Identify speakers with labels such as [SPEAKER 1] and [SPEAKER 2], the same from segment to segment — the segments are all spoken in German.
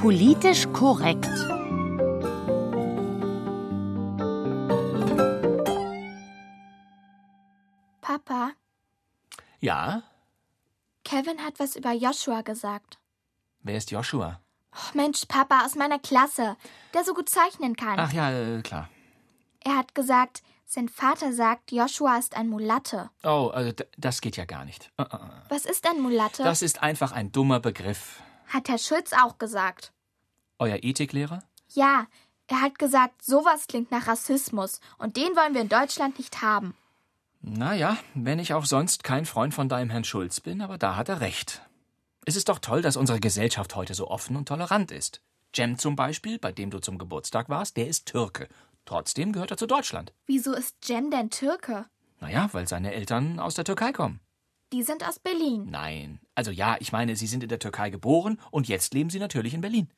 [SPEAKER 1] Politisch korrekt.
[SPEAKER 2] Papa,
[SPEAKER 3] Ja?
[SPEAKER 2] Kevin hat was über Joshua gesagt.
[SPEAKER 3] Wer ist Joshua?
[SPEAKER 2] Oh, Mensch, Papa aus meiner Klasse, der so gut zeichnen kann.
[SPEAKER 3] Ach ja, äh, klar.
[SPEAKER 2] Er hat gesagt, sein Vater sagt, Joshua ist ein Mulatte.
[SPEAKER 3] Oh, also d- das geht ja gar nicht. Äh, äh, äh.
[SPEAKER 2] Was ist ein Mulatte?
[SPEAKER 3] Das ist einfach ein dummer Begriff.
[SPEAKER 2] hat Herr Schulz auch gesagt.
[SPEAKER 3] Euer Ethiklehrer?
[SPEAKER 2] Ja, er hat gesagt, sowas klingt nach Rassismus und den wollen wir in Deutschland nicht haben.
[SPEAKER 3] Naja, wenn ich auch sonst kein Freund von deinem Herrn Schulz bin, aber da hat er recht. Es ist doch toll, dass unsere Gesellschaft heute so offen und tolerant ist. Cem zum Beispiel, bei dem du zum Geburtstag warst, der ist Türke. Trotzdem gehört er zu Deutschland.
[SPEAKER 2] Wieso ist Jem denn Türke?
[SPEAKER 3] Naja, weil seine Eltern aus der Türkei kommen.
[SPEAKER 2] Die sind aus Berlin.
[SPEAKER 3] Nein. Also ja, ich meine, sie sind in der Türkei geboren und jetzt leben sie natürlich in Berlin.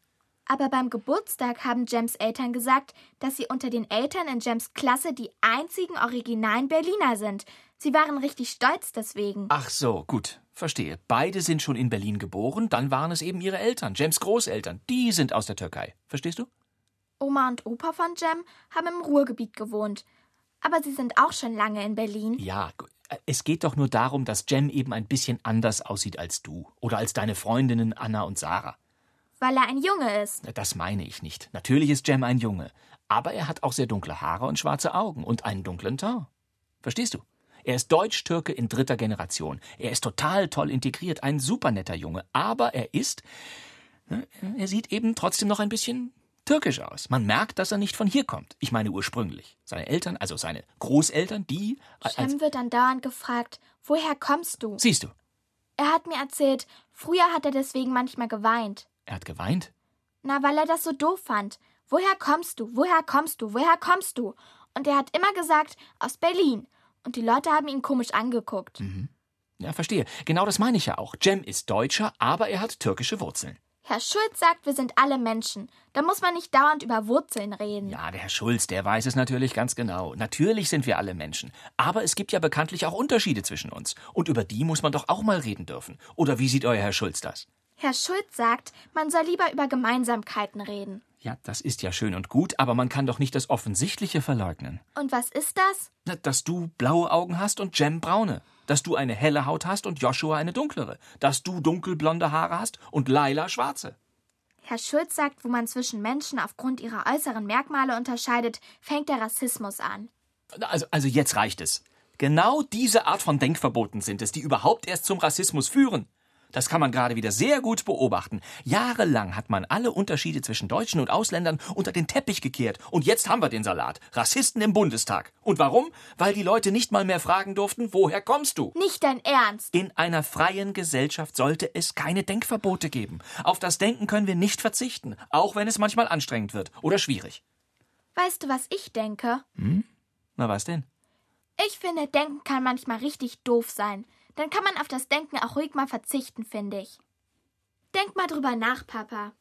[SPEAKER 2] Aber beim Geburtstag haben Jems Eltern gesagt, dass sie unter den Eltern in Jems Klasse die einzigen originalen Berliner sind. Sie waren richtig stolz deswegen.
[SPEAKER 3] Ach so, gut. Verstehe. Beide sind schon in Berlin geboren, dann waren es eben ihre Eltern, Jems Großeltern. Die sind aus der Türkei. Verstehst du?
[SPEAKER 2] Oma und Opa von Jem haben im Ruhrgebiet gewohnt. Aber sie sind auch schon lange in Berlin.
[SPEAKER 3] Ja, gu- äh, es geht doch nur darum, dass Jem eben ein bisschen anders aussieht als du oder als deine Freundinnen Anna und Sarah.
[SPEAKER 2] Weil er ein Junge ist.
[SPEAKER 3] Das meine ich nicht. Natürlich ist Jem ein Junge, aber er hat auch sehr dunkle Haare und schwarze Augen und einen dunklen Teint. Verstehst du? Er ist Deutsch-Türke in dritter Generation. Er ist total toll integriert, ein super netter Junge, aber er ist ne, er sieht eben trotzdem noch ein bisschen türkisch aus. Man merkt, dass er nicht von hier kommt. Ich meine ursprünglich. Seine Eltern, also seine Großeltern, die als,
[SPEAKER 2] Jem wird dann dauernd gefragt, woher kommst du?
[SPEAKER 3] siehst du,
[SPEAKER 2] Er hat mir erzählt, früher hat er deswegen manchmal geweint.
[SPEAKER 3] er hat geweint.
[SPEAKER 2] Na, weil er das so doof fand. Woher kommst du? Woher kommst du? Woher kommst du? Und er hat immer gesagt, aus Berlin. Und die Leute haben ihn komisch angeguckt.
[SPEAKER 3] Ja, verstehe. Genau das meine ich ja auch. Cem ist Deutscher, aber er hat türkische Wurzeln.
[SPEAKER 2] Herr Schulz sagt, wir sind alle Menschen. Da muss man nicht dauernd über Wurzeln reden.
[SPEAKER 3] Ja, der Herr Schulz, der weiß es natürlich ganz genau. Natürlich sind wir alle Menschen. Aber es gibt ja bekanntlich auch Unterschiede zwischen uns. Und über die muss man doch auch mal reden dürfen. Oder wie sieht euer Herr Schulz das?
[SPEAKER 2] Herr Schulz sagt, man soll lieber über Gemeinsamkeiten reden.
[SPEAKER 3] Ja, das ist ja schön und gut, aber man kann doch nicht das Offensichtliche verleugnen.
[SPEAKER 2] Und was ist das?
[SPEAKER 3] Na, Dass du blaue Augen hast und Jem braune. Dass du eine helle Haut hast und Joshua eine dunklere. Dass du dunkelblonde Haare hast und Laila schwarze.
[SPEAKER 2] Herr Schulz sagt, wo man zwischen Menschen aufgrund ihrer äußeren Merkmale unterscheidet, fängt der Rassismus an.
[SPEAKER 3] Also, also jetzt reicht es. Genau diese Art von Denkverboten sind es, die überhaupt erst zum Rassismus führen. Das kann man gerade wieder sehr gut beobachten. Jahrelang hat man alle Unterschiede zwischen Deutschen und Ausländern unter den Teppich gekehrt. Und jetzt haben wir den Salat. Rassisten im Bundestag. Und warum? Weil die Leute nicht mal mehr fragen durften, woher kommst du?
[SPEAKER 2] Nicht dein Ernst!
[SPEAKER 3] In einer freien Gesellschaft sollte es keine Denkverbote geben. Auf das Denken können wir nicht verzichten, auch wenn es manchmal anstrengend wird oder schwierig.
[SPEAKER 2] Weißt du, was ich denke?
[SPEAKER 3] Na was denn?
[SPEAKER 2] Ich finde, Denken kann manchmal richtig doof sein. Dann kann man auf das Denken auch ruhig mal verzichten, finde ich. Denk mal drüber nach, Papa.